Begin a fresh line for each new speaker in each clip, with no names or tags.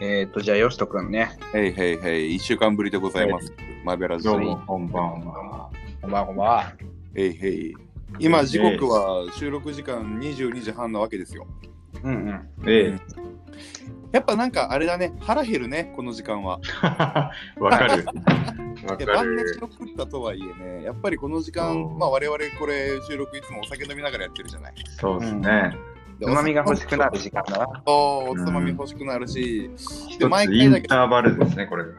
えっ、と、じゃあ、よしとくんね。
へいへいへい、1週間ぶりでございます。マベラジ
どう
オ。
も、こんばんは。
こんばんは、こんばんは。
へいへい。今、時刻は収録時間22時半なわけですよ。
うんうん。
え
やっぱなんかあれだね、腹減るね、この時間は。
え、わかる。わ
で
か
晩飯
る。
を食ったとはいえね、やっぱりこの時間、
うん
まあ我々これ収録いつもお酒飲みながらやってるじゃない。
そうですね。
で
つまみが欲しくなる時間だな。
お酒そうおつまみ欲しくなるし、
一
で毎
つ
回だ
イン
けど
ターバルですね、これが。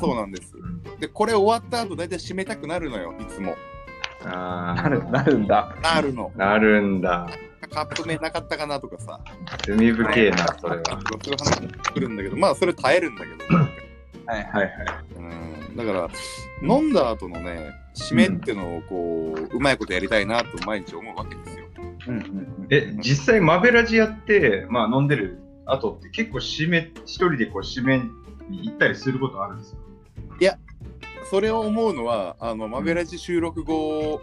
そうなんです
ん。
で、これ終わった後、大体締めたくなるのよ、いつも。
あ
な
あ、
る、なるんだ。
なるの。
なるんだ。
カップ麺なかったかなとかさ、
罪深えな、
そ
それ
う
は。
いう話が来るんだけど、まあそれ耐えるんだけど。
はいはい。
はいはい。
うんだから飲んだ後のね締めってのをこう、うまいことやりたいなと毎日思うわけですよ。
うんうん
え、実際、マベラジやって、まあ、飲んでる後って、結構締め、一人でこう締めに行ったりすることあるんですよ。
それを思うのはあのマベラジ収録後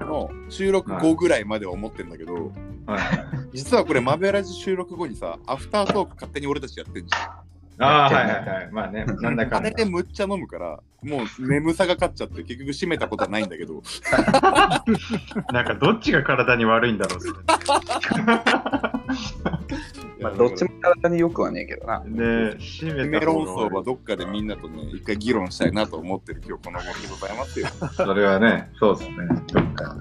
の収録後ぐらいまでは思ってるんだけど、
はいはい。
実はこれマベラジ収録後にさアフタートーク勝手に俺たちやってんじゃん。
ああ、はいはいはい。まあね、なんだか
あ
んだ
れ。でむっちゃ飲むからもう眠さが勝っちゃって結局締めたことはないんだけど
なんか、どっちが体に悪いんだろうそ
うん。まあ、どっちも体によくはねえけどな。
れねえ、締
いや
め
メ
た
ロ
方
ン
が
層
悪。
はいどっかでみんなとね一回議論したいなと思ってる今日この頃でございますよ。
それはね、そうですね。どっか。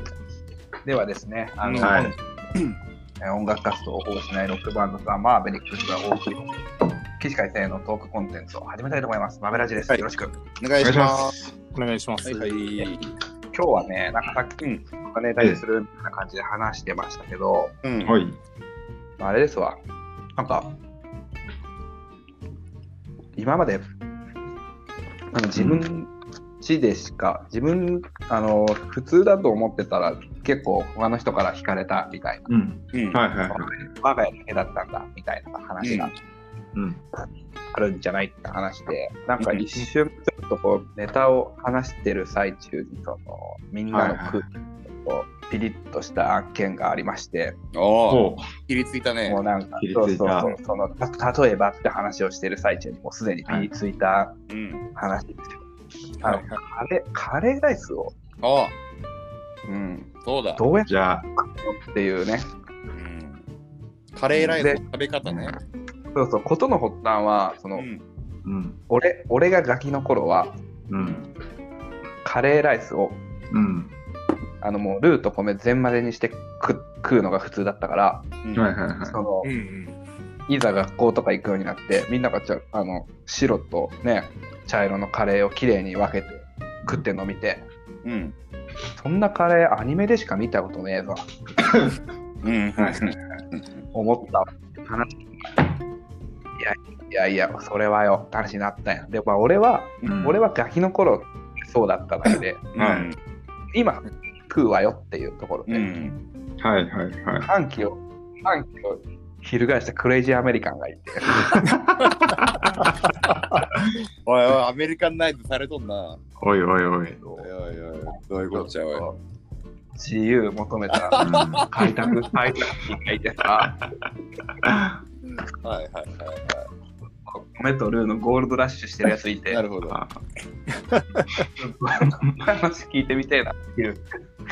ではですね、あの、
はい
本日えー音楽活動を保護しないロックバンドさん、マーベリックスがお送りする起死回生のトークコンテンツを始めたいと思います。マベラジです。
はい
よろしく。
お願いします。
お願いします。
はいはい
今日はね、なんかさっき、
うん
お金対するみたいな感じで話してましたけど、
うん
はい。
まああれですわ。なんか、今まで、あの自分ちでしか、自分、あの、普通だと思ってたら、結構他の人から惹かれたみたいな。
うん。
うん
はいはいはい。
我が家だけだったんだみたいな話が
うん。
あるんじゃないって話で、なんか一瞬ちょっとこうネタを話してる最中にそのみんなの空気をピリッとした案件がありまして、
おお、
ほ
切りついたね
もう。なんか
ピリ
そう
つ
そうそ
い
う
た
そのた例えばって話をしてる最中にもうすでにピリついた
うん。
話ですよ。あ
は
の
いはい。
カレーカレーライスを、
ああ、
うん、
そうだ。
どうや
う。
って
じゃあ、
っていうね
うんカレーライスの食べ方ね。
そうそうことの発端はそうの、
ん。
うん。
俺俺がガキの頃は
うん。
カレーライスを
うん。
あのもうルーと米全混ぜにして食食うのが普通だったから、
うん
はいはいはい。
その
うんうん。
いざ学校とか行くようになってみんながちゃあの白とね茶色のカレーをきれいに分けて食ってんのを見て
うん。
そんなカレーアニメでしか見たことねえぞ
うん。
はい
思った話いやいやいやそれはよ話になったんやで、まあ、俺は、
うん
俺はガキの頃そうだっただけで
はい。
今食うわよっていうところで、
うん。
はいはいはい。
反旗を反旗を翻したクレイジーアメリカンがいて
おいおい、アメリカンナイズされとんな。
おい
お
おいおい。
いおいおい、どういうことじゃおい。
自由求めた開拓開拓機会でさ
はいはいはいは
米とルーのゴールドラッシュしてるやつい
い。
て
なるほど。
あ
話聞いてみてえなっていう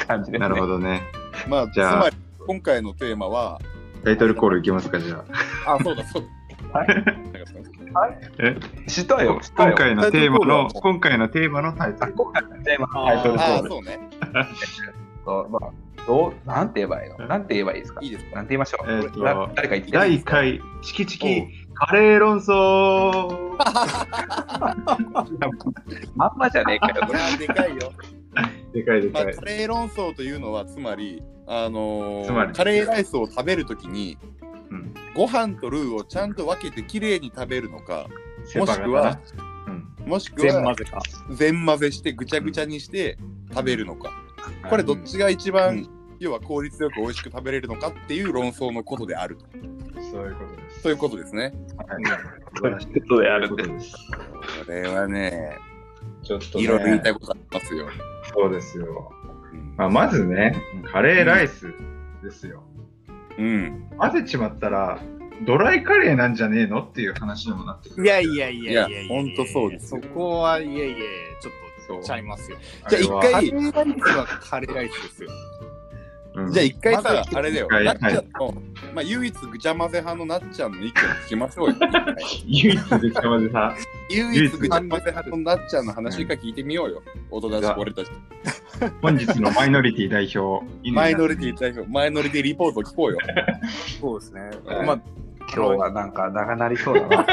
感じです、ね、
なるほどね。
まあ、つ
じゃあ
まり、今回のテーマは、
タイトルコールいきますか、じゃあ。
あ、そうだ、そうだ。
はい
なんかその
え
したよした
今
よ
回のテーマの、
タイトルコール
今回のテーマのタイト
あ
ル。
今回のテーマタイトルコ
あ
ー
あ、
ル
そうね。
とまあどうなんて言えばいいのなんて言えばいいですか
いいですか。
なんて言いましょう、
えーと
な誰か言って
第1回、チキチキ、カレー論争
まんまじゃねえかよ
これはでかいよ。
でかいで
まあ、
かい
カ。レー論争というのはつまり、あのー
つまり
カレーライスを食べるときに、
うん
ご飯とルーをちゃんと分けてきれいに食べるのか
セ
も
パ
し
型
く
な
は
うん
もしく
全
は
混ぜか。
全混ぜしてぐちゃぐちゃにして食べるのか、これどっちが一
う
番、要は効率よく美味しく食べれるのかっていう論争のことであると
そういうことです。
そういうことですね。
はい
ということであるんで
そういうことです。
これはね、
ちょっとね
いろいろ言いたいことありますよ。
そうですよ。
うん
まあ、まずね、カレーライスですよ。
うん、
混ぜちまったら、ドライカレーなんじゃねえのっていう話にもなってくる。
いやいやいやいやいや
いやほんとそうです
そ
よ
こはいやいやちょ
そ
っ
う
とちゃいますよ
じゃあ一回
カレーライスはカレーライスですよ
うん
じゃあ一回さ
ま、
あれだよ、
はい
なっちゃんの、まあ唯一ぐちゃ混ぜ派のなっちゃんの意見聞きましょうよ。
唯一できたまでさ、
唯一ぐちゃ混ぜ派のなっちゃんの話が聞いてみようよ。大人しく俺たち。
本日のマイノリティ代表、乾
マイノリティ代表、マイノリティリポート聞こうよ。
そうですね
はい
まあ
今日はなんか長なりそうだな。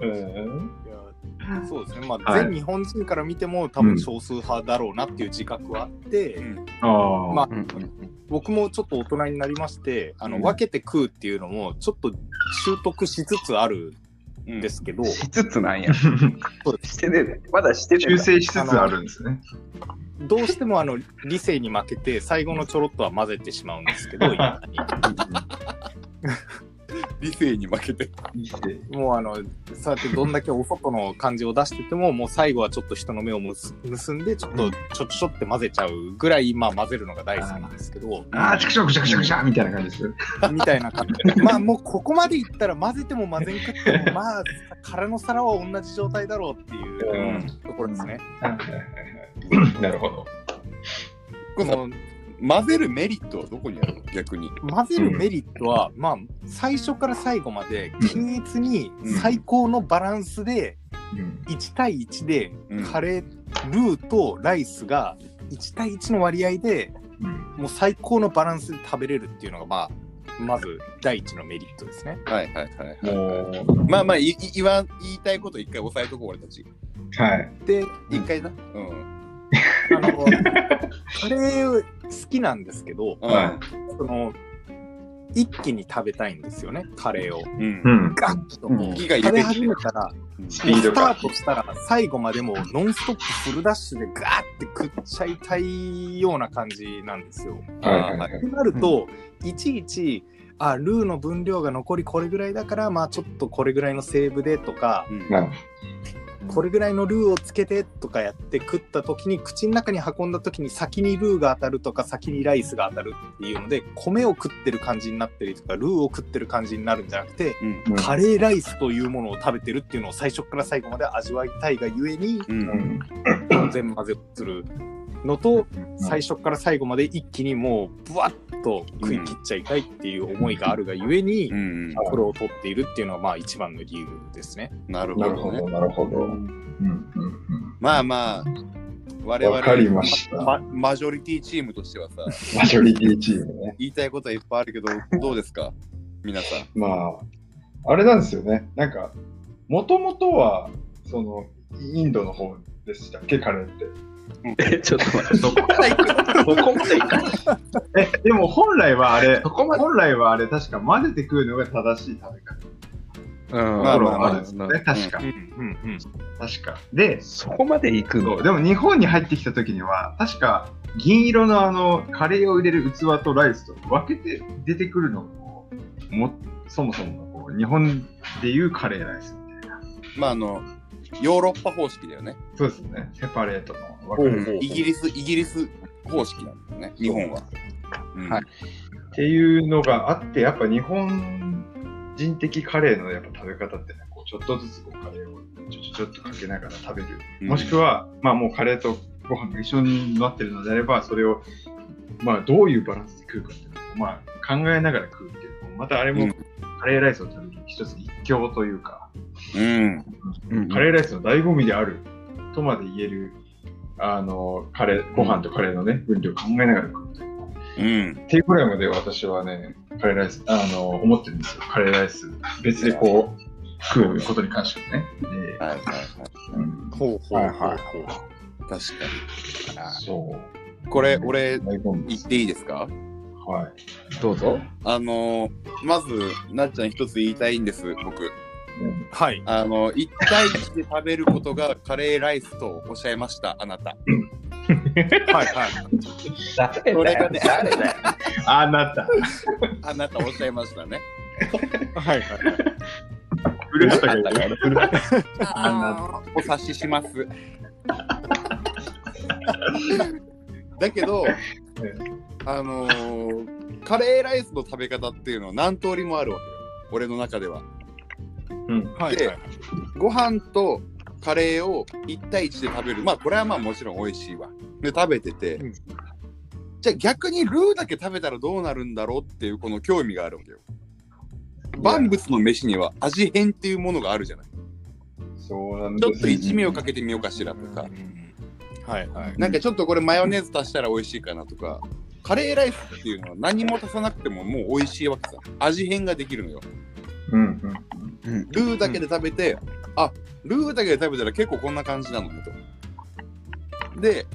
うん
いやそうですねまあ
はい
全日本人から見ても多分少数派だろうなっていう自覚はあって、
あー
まあ
うん
僕もちょっと大人になりましてあの、
うん
分けて食うっていうのもちょっと習得しつつあるんで。すけど、
しつつなんや。
そう
してねえねまだしてねえ
修
な。
正しつつあるんですね。
どうしてもあの理性に負けて最後のちょろっとは混ぜてしまうんですけど未だに
理性に負けて。
もうあのそうやってどんだけお外の感じを出しててももう最後はちょっと人の目をむす結んでちょっとちょっちょって混ぜちゃうぐらいまあ混ぜるのが大好きなんですけど
ああ、ちくしょくしょくしょくしょみたいな感じです。
みたいな感じでまあ もうここまでいったら混ぜても混ぜんくってもまあ空の皿は同じ状態だろうっていう
うん
ところですね。
なるほど。
この
混ぜるメリットはどこにあるの逆に。
混ぜるメリットは、まあ最初から最後まで均一に最高のバランスで
うん
1対1で
うん
カレールーとライスが1対1の割合で
うん
もう最高のバランスで食べれるっていうのがまあまず第一のメリットですね。
はいはいはいはい。
もう、
まあまあ、いい言わん言いたいこと一回押さえとこう、俺たち。
はい。
で
一回な。うん。
あの カレー好きなんですけど
うん
は
その一気に食べたいんですよねカレーを。
うん
う。ん。
ガッともう
火
食
が
べ
入れてきて
始めたら
ス
ス
ピード
タ
が。
ートしたら最後までもうノンストップフルダッシュでガーって食っちゃいたいような感じなんですよ。
はいはい
ってなると、いちいちあルーの分量が残りこれぐらいだからまあちょっとこれぐらいのセーブでとか
うん
なる
これぐらいのルーをつけてとかやって食った時に口の中に運んだ時に先にルーが当たるとか先にライスが当たるっていうので米を食ってる感じになったりとかルーを食ってる感じになるんじゃなくて
うん
ほど
カレーライスというものを食べてるっていうのを最初から最後まで味わいたいがゆえに
う。
うんん
全混ぜをするのと最初から最後まで一気にもうぶわっと食い切っちゃいたいっていう思いがあるがゆえに
う、ん。
これを取っているっていうのはまあ一番の理由ですね。
なるほ
なる
ど
ほ
ね
ど、。なるほど。うんうん
まあまあ、我々
わかりました
まマジョリティチームとしてはさ、
うんマジョリティチームね。
言いたいことはいっぱいあるけど、どうですか皆さん。
まあ、あれなんですよね。なんか、もともとは、その、インドの方でしたっけ、カレーって。
え、ちょっと待って、そこから行くのそこまで行くの
え、でも本来はあれ、
そこまで。
本来はあれ、確か混ぜて食うのが正しい食べ方。
うん
まあ
ところ
まあまあ
があるんですよね、確か
う。んうん
確か。で、
そこまで行く
そ
の
うでも日本に入ってきた時には確か銀色のあのカレーを入れる器とライスと分けて出てくるのがこうもそもそものこう日本でいうカレーライス
まああの、ヨーロッパ方式だよね。
そうですねセパレートの
う
分かれ
ん
イギリス、イギリス方式なんだよね、日本は。うん
はい
っていうのがあってやっぱ日本人的カレーのやっぱ食べ方ってねこうちょっとずつこうカレーをちょちょちょっとかけながら食べるもしくは、まあ、もうカレーとご飯が一緒になってるのであれば、それを、まあ、どういうバランスで食うかっていうのを、まあ、考えながら食うっていうのもまたあれ
う
も
ん
カレーライスを食べる一つ一興というか、
うん。
うん
カレーライスの醍醐味であるとまで言える、あの、カレー、ご飯とカレーのね、分量を考えながら食うっていう。
うん。
っていうぐらいまで私はね、カレーライス、あの、思ってるんですよ。カレーライス、別でこう、食うことに関してはね。で
はいはいはい。
うん
うん。ほうほうほうほう。
確か
そ
に。これ、
うん
俺
う、、醍醐味で
言っ
す。
ていいですか
はい。
どうぞ。
あの、まず、なっちゃん一つ言いたいんです、僕。
はい。
あの、一対一で食べることがカレーライスとおっしゃいました、あなた。
はいはい。
誰
俺がね
誰だよ。
あなた。
あなたおっしゃいましたね。
はいはい。
古畑がいる。古畑
あお察しします。だけど、あのーカレーライスの食べ方っていうのは何通りもあるわけよ俺の中では
うん。
はいはい。
ご飯とカレーを1対1で食べるまあこれはまあもちろん美味しいわで食べてて、
うん
じゃあ逆にルーだけ食べたらどうなるんだろうっていうこの興味があるわけよ万物の飯には味変っていうものがあるじゃない
そうなん
ちょ
で
っと
す。
一味をかけてみようかしらとか、
はいはい。
なんかちょっとこれマヨネーズ足したら美味しいかなとか、カレーライスっていうのは何も足さなくてももう美味しいわけさ。味変ができるのよ。
うんうん。
ルーだけで食べて、あルーだけで食べたら結構こんな感じなのねと。で、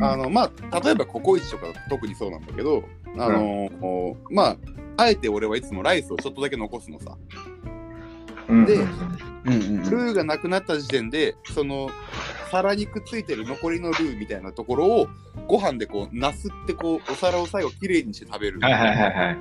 あの、まあ、例えばココイチとか特にそうなんだけど、あのまあ、あえて俺はいつもライスをちょっとだけ残すのさ。
うん
で
うんうん
ルーがなくなった時点でその皿にくっついてる残りのルーみたいなところをご飯でこうなすってこうお皿を最後きれいにして食べる、
はいはいはいはい。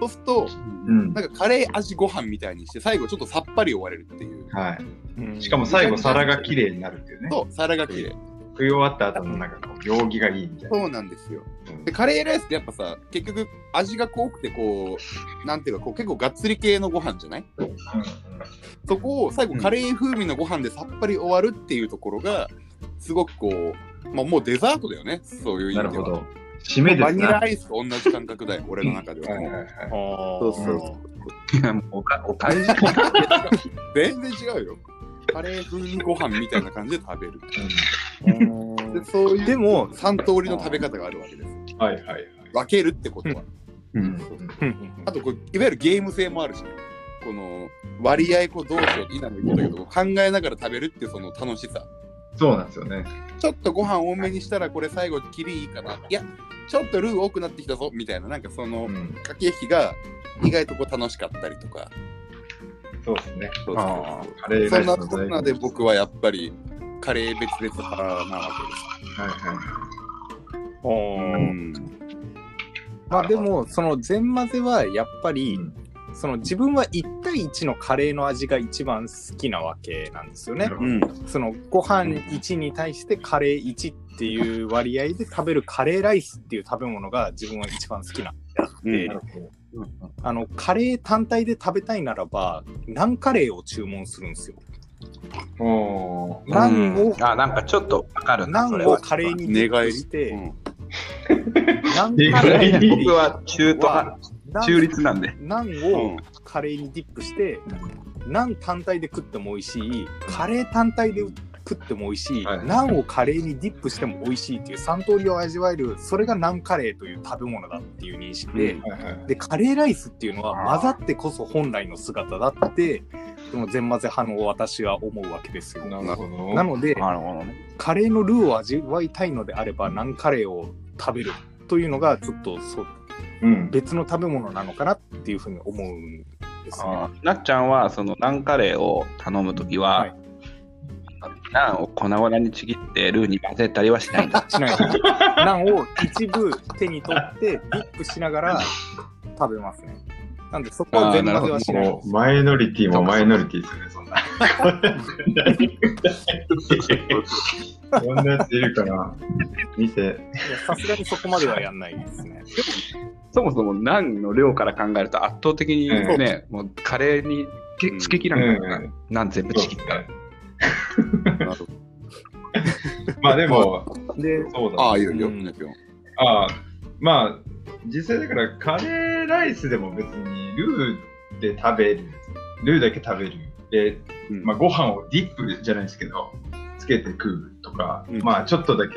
そうすると
うん。
なんかカレー味ご飯みたいにして最後ちょっとさっぱり終われるっていう
はい。
うん
しかも最後、皿が綺麗になるっていうね。
と皿がきれい、
食い終わった後のなんかこう、行儀がいいみたいな。
そうなんですよでカレーライスってやっぱさ結局味が濃くてこうなんていうかこう結構がっつり系のご飯じゃないそこを最後カレー風味のご飯でさっぱり終わるっていうところがすごくこう、まあ、もうデザートだよねそういううん意
な
味で
るほ
は。
ど。締めで
バ
す
ニ
な。
ラ
は
アイスと同じ感覚だよ、俺の中で
いは
は。
い
も
は
う
い。
あー
そうそうおかおかえり
全然違うよ。カレー風味ご飯みたいな感じで食べる。
うん
で、そういう
でも、
3通りの食べ方があるわけですよ。
うんはいはいはい。
分けるってことは。
う
うん
ん
あとこう、いわゆるゲーム性もあるし、この割合こうどうしようって今も言ったけど、考えながら食べるっていうその楽しさ。
そうなんですよね。
ちょっとご飯多めにしたらこれ最後キリいいかな。いや、ちょっとルー多くなってきたぞみたいな、なんかそうの
ん。
駆け引きが意外とこう楽しかったりとか。
そうですね。
そうそうそう
あ
カレー
そ
ライ
ん
ス
な
の
こ
醍
ん
醐
な
味
で僕はやっぱりカレー別々派なわけ
はいは
です。
まあでもその全混ぜはやっぱ
い。
りその自分は1対1のカレーの味が一番好きなわけなんですよね。
うん。
そのご飯1に対してカレー1っていう割合で食べるカレーライスっていう食べ物が自分は一番好きな。
うん
なるほど。
あのカレー単体で食べたいならばナンカレーを注文するんですよ。
お
ナンを
あなんかちょっとわかる
ナ
な
ン
それ
を
は
カレーに
寝
ディッ
返
プ
り
して、
うん
ナン
寝
カ
返
レー
り
に
僕は中途半
ナン
中立なんで
ナン
うん
をカレーにディップして、ナン単体で食っても美味しい、カレー単体で食っても美味しい、
はい
ナンをカレーにディップしても美味しいっていう3通りを味わえる、それがナンカレーという食べ物だっていう認識で、
ーはいはい
で、カレーライスっていうのは混ざってこそ本来の姿だって、その全混ぜ派の私は思うわけですよ。
な
な
るほど。
ので、
なるほどね
カレーのルーを味わいたいのであれば、ナンカレーを食べるというのが、ちょっとそう
うん。
別の食べ物なのかなっていうふうに思うんですね。
あーなっちゃんはそのナンカレーを頼むときは、
はい
ナンを粉々にちぎってルーに混ぜたりはしないん だ
しないでナンを一部手に取 ってディップしながら食べますね。なんでそこは全混ぜはしない
もうマイノリティもマイノリティですよね、そんな。こんなやついるかな見て。
いやさすがにそこまではやんないですね。
そもそもナンの量から考えると圧倒的にね、もうカレーにつけつけきらんからな、
うん
ナン全部ちぎったら
なるほど
まあでも、
で、
そうだ。
ああ、いいよいいよ。
うん
いいよ
ああまあ、実際だからカレーライスでも別にルーで食べる、ルーだけ食べる。で、
うん
まあ、ご飯をディップじゃないですけど、つけて食うとか、
うん
まあちょっとだけ、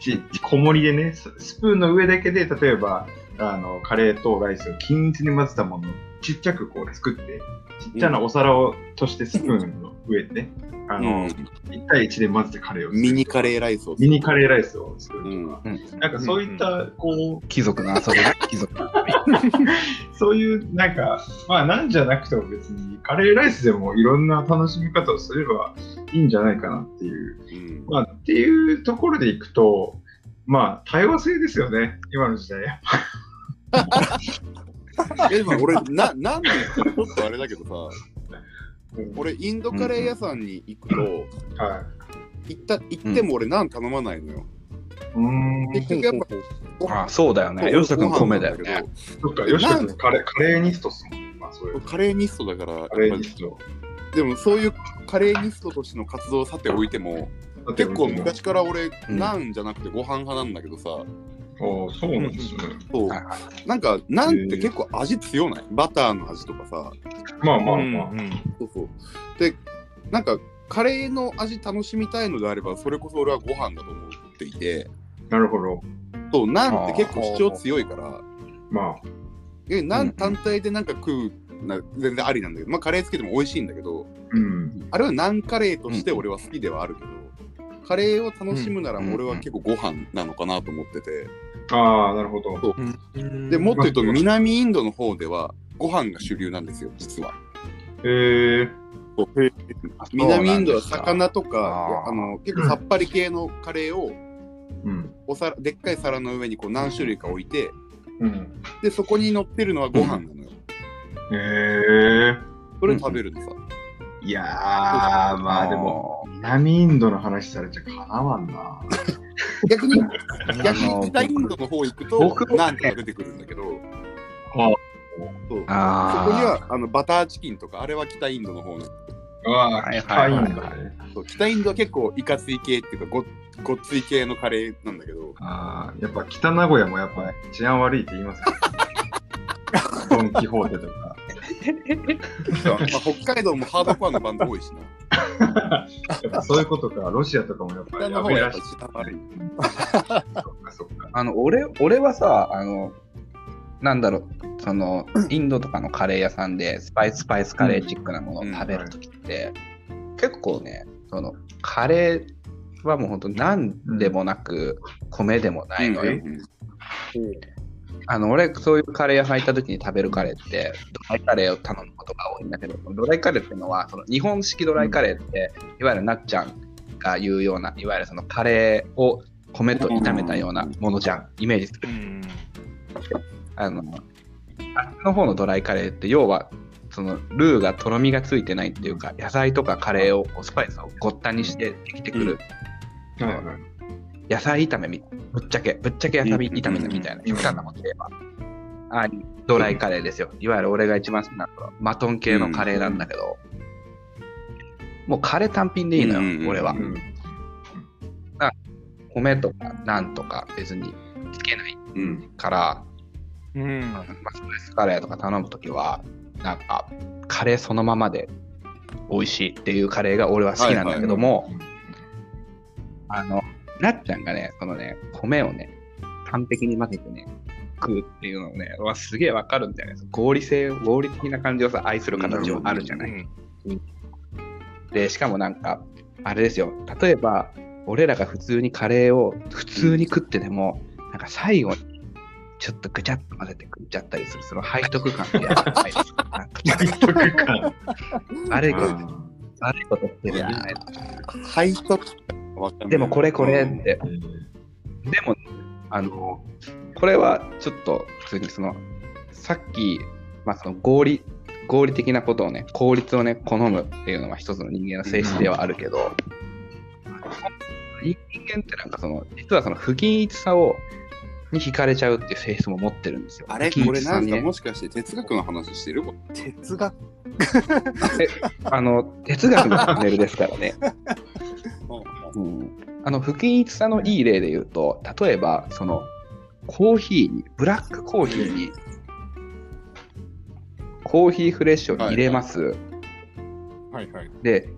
ち小盛りでね、ススプーンの上だけで、例えば、あの、カレーとライスを均一に混ぜたものをちっちゃくこう作って、ちっちゃなお皿を、としてスプーンの上でね、あ
う
の、
ん
1対1で混ぜてカレーを作る
ミニカレーライスを。
ミニカレーライスを作るとか、
うん
なんかそういった、こう、
貴族の遊び だ貴族の
そういう、なんか、まあ、なんじゃなくても別に、カレーライスでもいろんな楽しみ方をすればいいんじゃないかなっていう、
うん
まあ、っていうところでいくと、まあ、多様性ですよね、今の時代。
え、でも俺、な、なんで、ちょっとあれだけどさ、俺、インドカレー屋さんに行くと、
は
行った、行っても俺、ナン頼まないのよ。
い。うーん。
結局やっぱ
あそうだよね。吉田君米だよ
ご飯
ね
なん。け
そっか、吉田君カレー、カレーニストっすもんね。まあ、そうい
ど
う。
カレーニストだからやっぱ
カレーニスト。
でもそういうカレーニストとしての活動をさておいても
だって
結構昔から俺、
うん
ナンじゃなくてご飯派なんだけどさ
ああ、そうなんですね。
そう
はいはい
なんかナンって結構味強ないバターの味とかさ
まあまあ
うん
まあ。
そうそうでなんかカレーの味楽しみたいのであればそれこそ俺はご飯だと思っていて
なるほど。
そうナンって結構主張強いから
ま
えナン単体でなんか食うな全然ありなんだけどまあカレーつけても美味しいんだけど
あ、うん。
あれはナンカレーとして俺は好きではあるけど、カレーを楽しむなら
うん
俺は結構ご飯なのかなと思ってて、
ああ、なるほど。
うん
でもっと言うと
うん
南インドの方ではご飯が主流なんですよ実は
ええ
南インドは
そうなん
魚とか
あー
あの結構さっぱり系のカレーを
うん。
お皿でっかい皿の上にこう何種類か置いて
うん。
でそこに乗ってるのはご飯なのよ、
ええ
それ食べるのさ、
いやー、まあでも、、南インドの話されちゃかなわんな。
逆に
あの
逆に北インドの方行く
僕
と
も
ナンとか出てくるんだけど
あー
そうそ
あ
こ
ー
にはあのバターチキンとかあれは北インドの方の
あ
はいは
あ、北
い
イ
はい
ンドね。
そう北インドは結構いかつい系っていうかごごっつい系のカレーなんだけ ど
ああ、やっぱ北名古屋もやっぱ治安悪いって言いますから、ね。ドン・キホーテとか。
まあ北海道もハードコアのバンド多いしな
やっぱそういうことか、ロシアとかもやっぱ
北
や
の方
べ
は
え
やっ
らし
ぱ
い。
下悪い
そっかそっか。
あの俺俺はさあのなんだろうそのインドとかのカレー屋さんでスパイスパイスカレーチックなものを食べるときって、結構ねそのカレーはもうほんと何でもなく、米でもないのよ、あの俺そういうカレー屋さん行った時に食べるカレーってドライカレーを頼むことが多いんだけどドライカレーっていうのはその日本式ドライカレーって、いわゆるなっちゃんが言うようないわゆるそのカレーを米と炒めたようなものじゃんイメージする
うん
あの、あっちの方のドライカレーって、要は、そのルーがとろみがついてないっていうか、野菜とかカレーを、スパイスをごったにしてできてくる、
はいはい。
野菜炒めみぶっちゃけ、ぶっちゃけ野菜炒めみたいな、極端なこと言えば。あドライカレーですよ。いわゆる俺が一番好きなのは、マトン系のカレーなんだけど、もうカレー単品でいいのよ、
うんうんうん
俺は
う。ん。
米とかナンとか別につけない
うん
から、
うん
まあ、スパイスカレーとか頼むときは、なんか、カレーそのままで美味しいっていうカレーが俺は好きなんだけども、あの、なっちゃんがね、そのね、米をね、完璧に混ぜてね、食うっていうのをね、わすげえわかるんだよね。合理性、合理的な感じをさ、愛する形をあるじゃない。で、しかもなんか、あれですよ、例えば、俺らが普通にカレーを普通に食ってでも、なんか最後に、ちょっとぐちゃっと混ぜて食っちゃったりする、その背徳感ってやばいですなんか
背徳感。
悪いこと、
あ
悪いことしてるよね
いや背徳わかんない
でもこれこれって、
ー
でも、あの、これはちょっと普通にその、さっき、まあその合理、合理的なことをね、効率をね、好むっていうのは一つの人間の性質ではあるけど、人間ってなんかその、実はその不均一さを、に惹かれちゃうっていう性質も持ってるんですよ。
あれ
不均
これ
一さ
なん
に
か
ね
もしかして哲学の話してる
哲学
あの、哲学のチャンネルですからね。あの、不均一さのいい例で言うと、例えば、その、コーヒーに、ブラックコーヒーに、コーヒーフレッシュを入れます。
はいはい
で、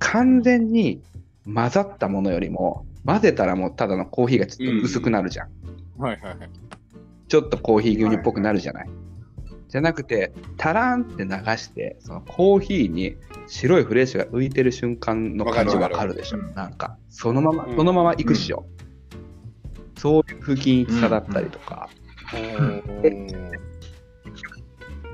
完全に混ざったものよりも、混ぜたらもうただのコーヒーがちょっと薄くなるじゃん。
はいはいはい
ちょっとコーヒー牛乳っぽくなるじゃない。じゃなくて、タランって流して、そのコーヒーに白いフレッシュが浮いてる瞬間の感じ
わ
わ
かる
かるでしょ。
うん
なんか、そのまま
う、ん
そのまま行くっしょ。そういう不均一さだったりとか、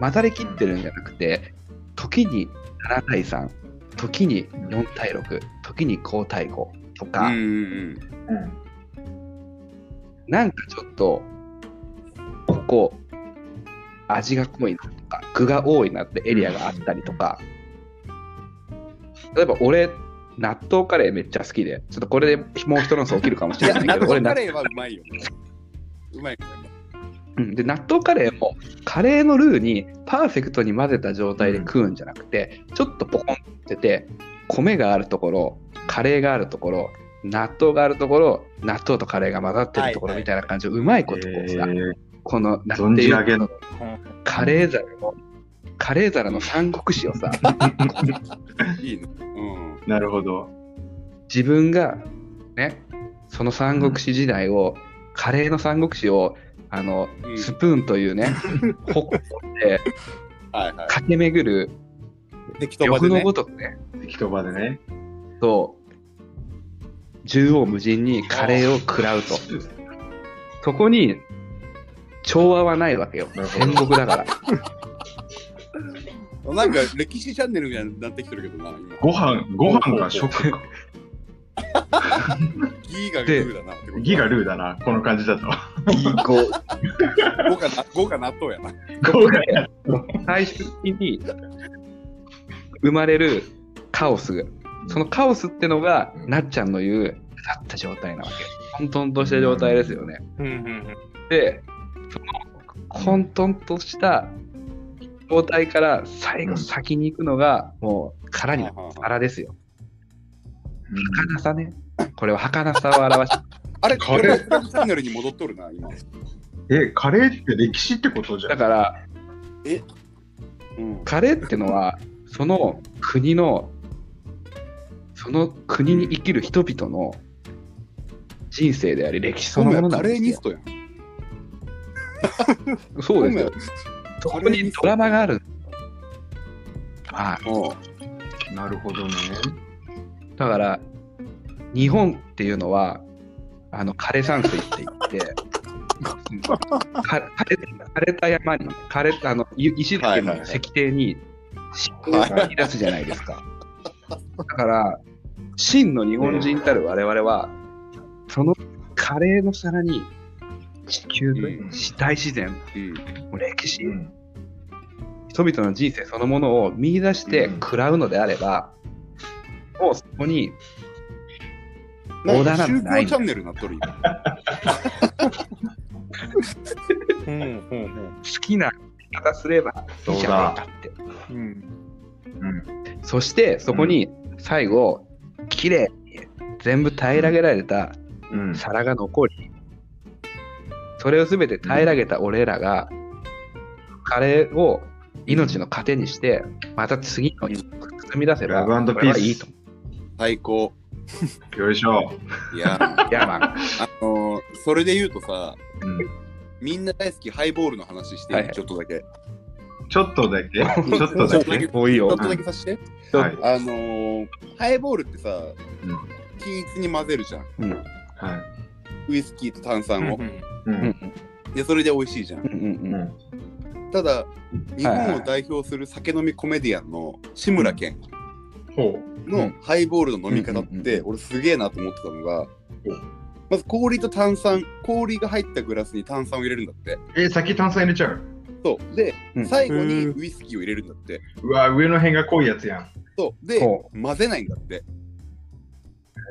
混ざりきってるんじゃなくて、時に7対3、時に4対6、時に5対5と
うん
か、
うん
うん
なんかちょっと、ここ、味が濃いなとか、具が多いなってエリアがあったりとか、例えば俺納豆カレーめっちゃ好きで、ちょっとこれでもう一の層起きるかもし
い
れ
や、
ない
納
けど、俺な、
豆カレーはうまいよ。うまいからね。
うん、で納豆カレーもカレーのルーにパーフェクトに混ぜた状態で食うんじゃなくて、ちょっとポコンってて、米があるところ、カレーがあるところ、納豆があるところ、納豆とカレーが混ざってるところ
はいはい
みたいな感じで、うまいことこう
え
さ、
ー、
この、な
存
んて
じ
い
上
う
げの。
カレー皿の、カレー皿の三国志を さ、
いいね。うん。
なるほど。
自分がねその三国志時代を、カレーの三国志をあの
うん
スプーンという ね、ほっこって
はいはい。
駆け巡る
適当場
欲
で
の
ね
ご。とくね
適当場でね。
と縦横無尽にカレーを食らうとそこに調和はないわけよ
なるほど
戦国だ から
なんか歴史チャンネルみたいになってきてるけどな、今。
ご飯、ご飯が食か。
ギーがルーだなってこと。
ギがルーだな、この感じだと。
ゴがな、ゴが納豆やな。
ごが
最終的に生まれるカオスそのカオスってのが、なっちゃんの言う腐った状態なわけ混沌とした状態ですよね、
うんうん
でその混沌とした状態から最後先に行くのがもう殻になる
あ
殻ですよ儚さねこれは儚さを表し
れ、
カ
こ
レ
れ
ー
歴史チャンネルに戻っとるな、今。
え、カレーって歴史ってことじ
て
ゃ
だか
ん。
ら
うん。
カレーってのはその国のその国に生きる人々の人生であり歴史そのものな
カ
んで
レ
す
ー
よ
ミストやん。
そうですよ。そ
カ
こ
レーに
にドラマがある。はい。
なるほどね。
だから、日本っていうのは、あの枯山水って言 って、か枯れ枯れた山に、枯れあのゆ石だけの
はいはいはい
石庭に、真が生み出すじゃないですか。だから、真の日本人たる我々は、そのカレーの皿に、地球といううん大自然、
うん。
歴史、
うん
人々の人生そのものを見出して
うん
食らうのであれば、もうそこに
な
オ
ん
ー
か
ダーな
宗
んてない
教
んだ
チャンネルになっとる今。
うんうん
好きな言い方すればいいじゃないかって
うん
うん。
そしてそこに最後綺麗に全部平らげられた
うん。
皿が残りそれを全て平らげた俺らがカレーを命の糧にしてまた次の一歩積み出せば
ラブ
こ
ピ
れは
ース。
いいと思
最高。
よいしょ。
いや、あ
うヤーマン
のー、それで言うとさ、
うん
みんな大好きハイボールの話していい、
はいはい
ちょっとだけ。ち
ちょっとだ け、ちょっと
ちょ
だ
っとだ
け
け。
もういい
ょっ
よ
とだけさして。
はい。
あのー、ハイボールってさ、
うん
均一に混ぜるじゃん。
うん
はい。
ウイスキーと炭酸を。
うん。
で、それで美味しいじゃん。
うんうんうん
うん。
ただ、日本を代表する酒飲みコメディアンの志村けん
ほ
う
の
ん
ハイボールの飲み方っ
うんうんうん
て、俺すげえなと思ってたのが
うん、
まず氷と炭酸、氷が入ったグラスに炭酸を入れるんだって。
う。え、先炭酸入れちゃう。
そう。で、
うん
最後
へ
に
ー
ウイスキーを入れるんだって。
うわ、上の辺が濃いやつやん。
そう。で、
ほ
混ぜないんだって。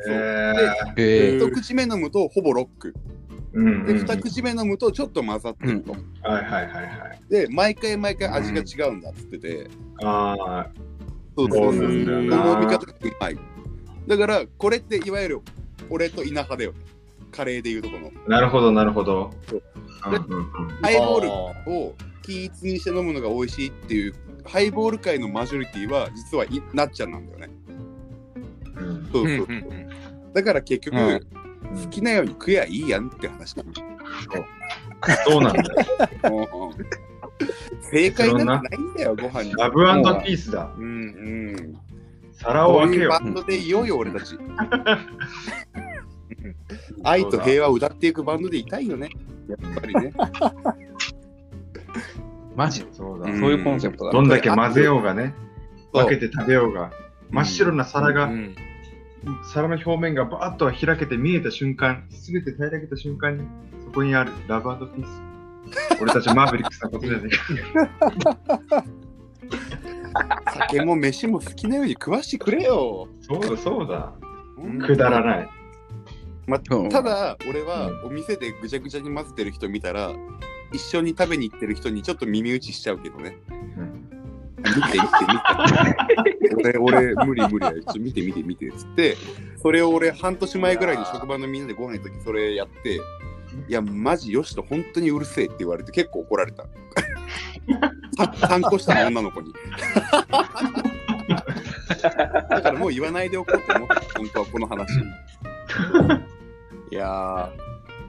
そうで
え
え
へ
え
ー
一口目飲むとほぼロック。
ー。うんうん
で、
うん。
二口目飲むとちょっと混ざってると。
はいはいはいはい。
で、毎回毎回味が違うんだっつってて。
あ
そう
そ
そうう
な
そ
んだよ
う。
な
飲み方がうまい。だから、これっていわゆる俺と稲葉だよ。カレーでいうとこの。
あ、なるほどなるほど。
そう
うんうんうん
ハイボールを均一にして飲むのが美味しいっていう、ハイボール界のマジョリティは実はいなっちゃんなんだよね。
うん
そううん
う
そう。
ん
だから結局、
うん
うん
好きなように食えばいいやんって話なの。
そうなんだよ。
正解なんてないんだよ、ご飯に。
ラブピースだ。
うんうん。
皿を
こう
開け
いうバ
よ
ンドでいようよ、俺たち。愛と平和を歌っていくバンドでいたいよね。やっぱりね。
マジ
う。そうだ
う。ん
そういうコンセプトだ
どんだけ混ぜようがね、
そう
分けて食べようが、真っ白な皿が、
うん
皿の表面がバーッと開けて見えた瞬間、すべて平らげた瞬間に、そこにあるラブピ ース。俺たちマーヴェリックスのことじゃねえか。
酒も飯も好きなように食わしてくれよ。
そうだ、そうだ。
うん
くだらない。
ま、
うん
ただ、俺はお店でぐちゃぐちゃに混ぜてる人見たら、一緒に食べに行ってる人にちょっと耳打ちしちゃうけどね。
うん
見て見て見て。俺、俺、無理無理だよ。ちょっと見て見て見て。つって、それを俺、半年前ぐらいに職場のみんなでご飯行った時、それやって、いや、マジよしと本当にうるせえって言われて結構怒られた。さ参考したの女の子に。だからもう言わないでおこうと思って、本当はこの話。いや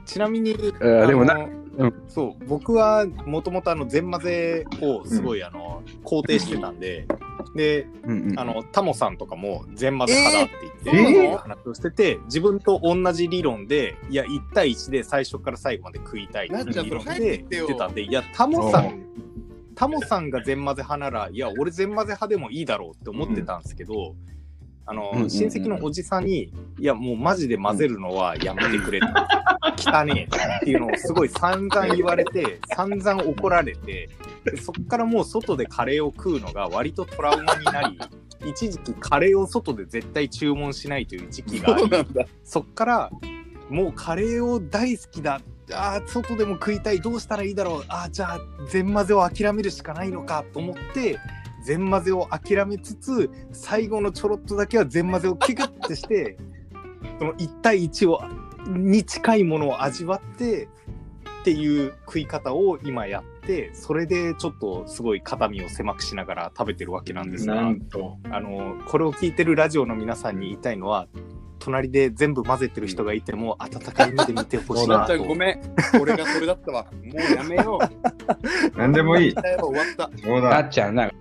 ちなみに、
うんでもな
あの
うん
そう僕はもともとあの全混ぜをすごいあの、肯定してたんで、で
うんうん
あのタモさんとかも全混ぜ派だって言
えー
って、
そうなの
話をしてて自分と同じ理論でいや1対1で最初から最後まで食いたいって
なっち
い
ゃ
う
それ
ん理論
早く言っ
で
てよ
言ってたんでいやタモさ
そ
んタモさんが全混ぜ派ならいや俺全混ぜ派でもいいだろうって思ってたんですけど、あの
うんうんうん
親戚のおじさんに「いやもうマジで混ぜるのはやめてくれ」って「汚ねえ」っていうのをすごい散々言われて散々怒られてでそっからもう外でカレーを食うのが割とトラウマになり一時期カレーを外で絶対注文しないという時期
ー、
があ
そう
り
なんだ。
そっからもうカレーを大好きだあー外でも食いたいどうしたらいいだろうあーじゃあ全混ぜを諦めるしかないのかと思って全混ぜを諦めつつ最後のちょろっとだけは全混ぜをキュキュッてして その1対1をに近いものを味わってっていう食い方を今やってそれでちょっとすごい肩身を狭くしながら食べてるわけなんですが。
なんと。
あのこれを聞いてるラジオの皆さんに言いたいのは隣で全部混ぜてる人がいても温かい目で見てほしい
な
な
っちゃん
と
ごめん。俺がそれだったわ。もうやめよう。
なんでもいい
時。代は終わった。
そう
な
だ。
っちゃん、なんか、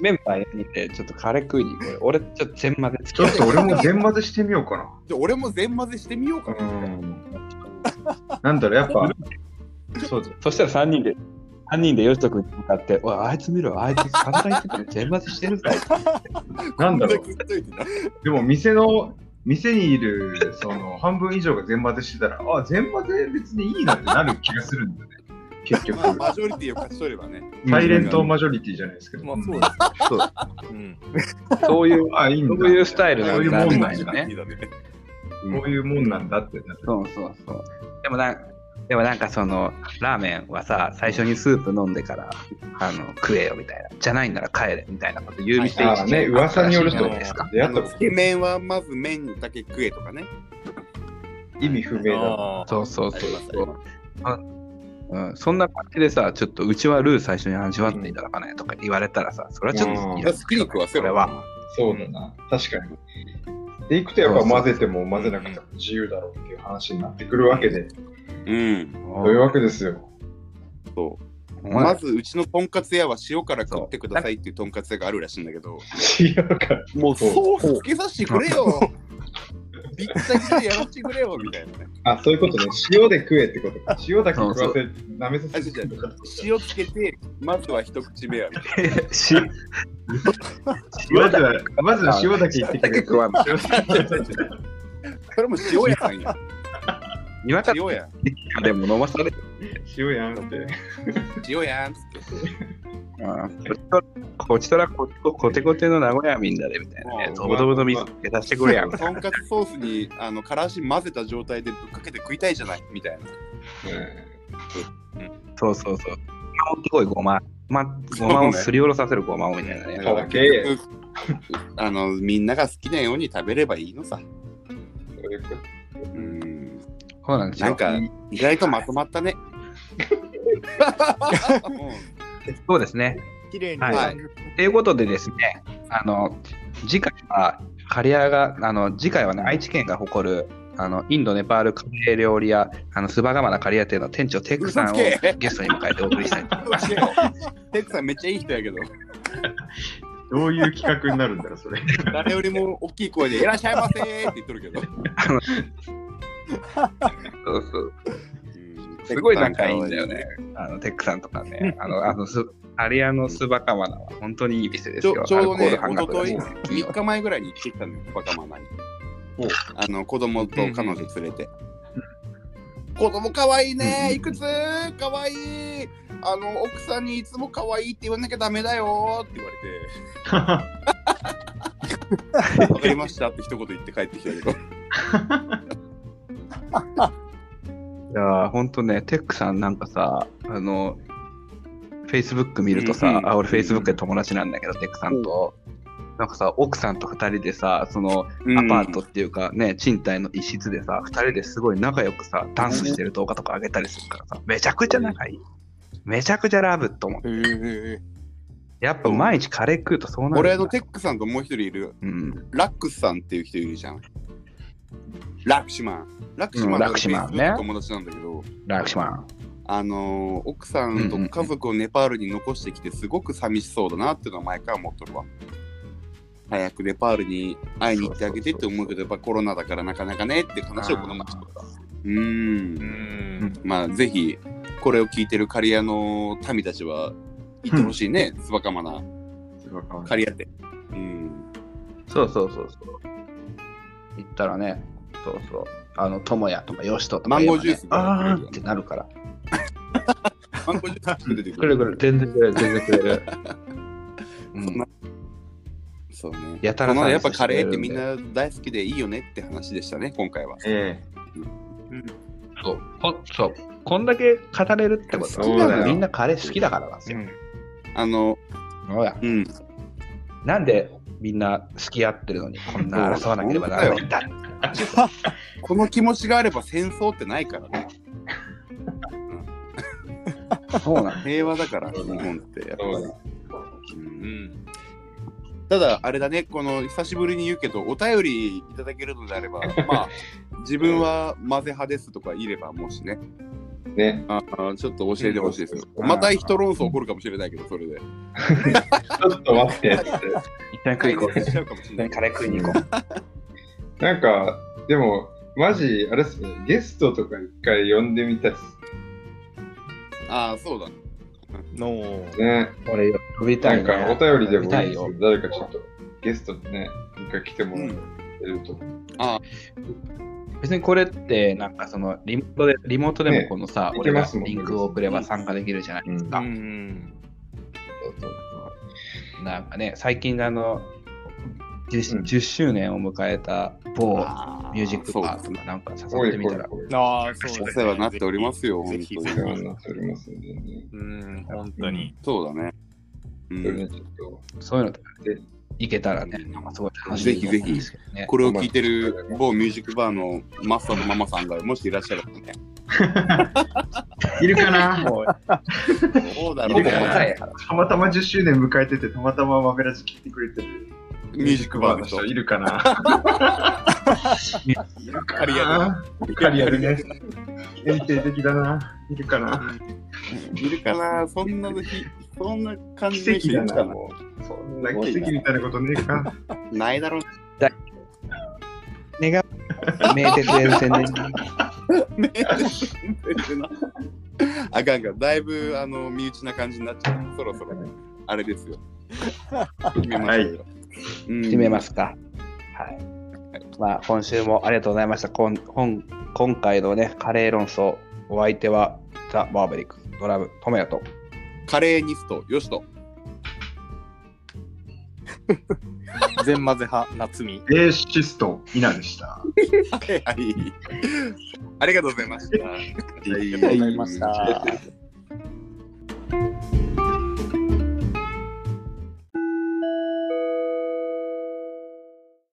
メンバーにて、ちょっとカレー食いに行こうよ。俺、ちょっと全までつ
ちょっと俺も全混ぜしてみようか
じゃあ俺も全混ぜしてみようか
な。う
な。
ん。なんだろう、やっ ぱ。そうだ。
そしたら3人で、三人でヨシト君に向かって、おい、あいつ見ろ、あいつ散々言ってたね、全までしてるぜ。
なんだろう。
こんな食っといてな
でも店の店にいるその半分以上が全混ぜしてたら、あ、全混ぜ別にいいなってなる気がするんだよね。結局、
まあ、マジョリティを勝ち取ればね。
サイレントマジョリティじゃないですけど。
まあそううんです
そう
うん
そういう、
あ、いいんだ。
そういうスタイル
そ
な
うい
ん
うも
だ、
ん
み
な
た
ん
い
だ
なね。
こういうもんなんだってなって。
そうそうそう。でもなんか、でもなんかその、ラーメンはさ、最初にスープ飲んでから、あの、食えよみたいな。じゃないなら帰れみたいなこと言う店
はい
ああね、噂によると、
ど
出
うですか。
会
あ
った
の
こと
つけ麺はまず麺だけ食えとかね。
意味不明だ。
あー
そうそうそう
あ
そ
り
う。うん、そんな感じでさ、ちょっとうちはルー最初に味わっていただかないとか言われたらさ、それはちょっといや
好きに食わせ
それ
ろ。
は。
そうだな。確かに。で、いくとやっぱ混ぜても混ぜなくても自由だろうっていう話になってくるわけで、
うん。
そういうわけですよ。
そう
お前
まず、うちのとんかつ屋は塩から食ってくださいっていうとんかつ屋があるらしいんだけど、
違うか。
もうソースつけさせてくれよ。びったきでやらせてくれよみたいなね。
あ、そういうことね。塩で食えってことか。塩だけ食わ
そうそ
せ、舐めさせてくれ
塩つけて、まずは一口目はみたい
し
まずは、まずは塩だけ言ってく
だけ
れ。
食わない。
塩だけ食わせて
な。それも塩屋さんや。
にわか
塩や。
でも飲まされる。
塩やんって。
塩や んっつって。
うんこちとらこちとらこコテコテの名古屋みんなでみたいな
う
ね。
ん
ドボドボの水つけさせてくれやん。
とんかつソースにあのからし混ぜた状態でぶっかけて食いたいじゃないみたいな。
そうそうそう。すごいごま。ま、ごまをすりおろさせるごまをみたいなね。
ただけ、
うんあのみんなが好きなように食べればいいのさ。
そういうこと
うん。
そうなんですよ。
なんか意外とまとまったね。
そうですね。
綺麗に、
はいということでですね、あの、次回は、カレアが、あの、次回はね、愛知県が誇る、あの、インド、ネパールカレー料理屋、あの、スバガマナカレー屋店の店長、テクさんを
嘘つけ
ゲストに迎えてお送りしたいと思います。
うんテクさんめっちゃいい人やけど、
どういう企画になるんだろう、それ。
誰よりも大きい声でいらっしゃいませーって言っとるけど。
そうそう
うん
すごい仲いいんだよね。。あの、テックさんとかね、あの、あの、すカレー屋のスバカマナは本当にいい店です
ちょ
よ。
ちょうど
アル
ね、
コール半
おと
額だ
と
し
い、3日前ぐらいに行ってきたのよ、バカママに。あの子供と彼女連れて。子供かわいいね、いくつかわいい。あの奥さんにいつも可愛いって言わなきゃダメだよって言わ れて、わかりましたって一言言って帰ってきた けど。
いやー、ほんとね、テックさんなんかさ、あの、Facebook 見ると
うん
さ
う、ん
あ、俺 Facebook で友達なんだけど、テックさんと、なんかさ、奥さんと二人でさ、その、アパートっていうかね、賃貸の一室でさ、二人ですごい仲良くさ、ダンスしてる動画とか上げたりするからさ、めちゃくちゃ仲いい。めちゃくちゃラブと思う。
うん。へえ。
やっぱ毎日カレー食うとそうなるんだ。
俺あのテックさんともう一人いる、
うん。
ラックスさんっていう人いるじゃん。ラクシマン。ラクシマ
う
ン
ん
が
ラクシマンね
Facebook の友達なんだけど、
ラクシマン。
あのー奥さんと家族をネパールに残してきてすごく寂しそうだなっていうのは毎回思っとるわ。早くネパールに会いに行ってあげてって思うけどやっぱコロナだからなかなかねって話をこの前しとった。うー。
うんん。
まあぜひこれを聞いてるカリアの民たちは行ってほしいね。つばかまなカリアって。うん。
そうそうそうそう。行ったらね、そうそう。あの、ともやとか、よしととか、
マンゴージュース
あーってなるから。
マンゴージュース出てく
くれ
る。
くれ、全然くれる、全然くれ る。う
そん
ん
な、そうね。
やたら
こ
さ
のやっぱカレーってみんな大好きでいいよねって話でしたね、今回は。
え
そうこそう。こんだけ語れるってこと
そうだよ
は、みんなカレー好きだからなんですよ。
あの、
そうや
うん。
なんでみんな好き合ってるのにこんな争わなければならないんだ。
この気持ちがあれば戦争ってないからね。
そうなん
平和だから、日本ってやっぱり
そうだ
う
うんん。
ただ、あれだね、この久しぶりに言うけど、お便りいただけるのであれば、まあ、自分は混ぜ派ですとか言えれば、もしね、
えね。
あーちょっと教えてほしいですよ。
うん
また人論争起こるかもしれないけど、それで。
ちょっと待ってって。
一旦食いに
解
行こ
決しちゃうかもしれな
う。
い。
カレー食いに行こう。
なんか、でも、マジ、あれっすね、ゲストとか一回呼んでみたいっす
ああ、そうだね。
の
ね。
俺、飛びた、
ないん
ね。
か、お便りでも
呼び
い
た
い
い
です
よ
け。ど、誰かちょっとゲストでね、一回来てもらえると。
別にこれって、なんかそのリモートで、リモートで
ね
もこのさ、
いけ
俺が
ますもんね
リンクを送れば参加できるじゃないですか。
ん。
そうそうそうなんかね、最近あの10、
うん
10周年を迎えた某
あー
ミュージック
そう
バ
で
ー
す
と
ね
かなんか
お
誘って
いおい
みたら、
おい
ああ、そう
お
です
世
ね
話になっておりますよ、
ぜ
本
ひ
当
お
に
世話になっておりますんでね。
うん、本当に。
そうだね。う
それね
ん、
ちょっと
そういうのとか
で
いけたらね、なんかすごい楽しいと思うんですけどね。
これを聞いてる某ミュージックバーのマスターのママさんがもしいらっしゃるとね。
いるかな
もう
そうだ
ほ
ろう
ぼ
いるかな
答
ね。
えや
たまたま10周年迎えてて、たまたまマベラジ聞いてくれてる
ミュージックバーの人。
いるかないるか
カリア
カリアでね。限定的だな。いるかな。
いるかなそんな日、そんな感じ
奇
の人いる
跡だ
か
な。
な
もうそんな奇跡みたいなことねえか。
ないだろう。
願う名鉄沿線で。
ね あかんかん、だいぶあの身内な感じになっちゃう。そろそろあれですよ。決めましょうよ。。
決めますすか。はい。まあ、今週もありがとうございました。こん本今回のね、カレー論争、お相手はザ・バーベリック、ドラム、トメヤと。
カレーニスト、よしと。
全混ぜ派、夏美。
ベーシスト、イナでした。
はい。ありがとうございました。あり
がとうございました。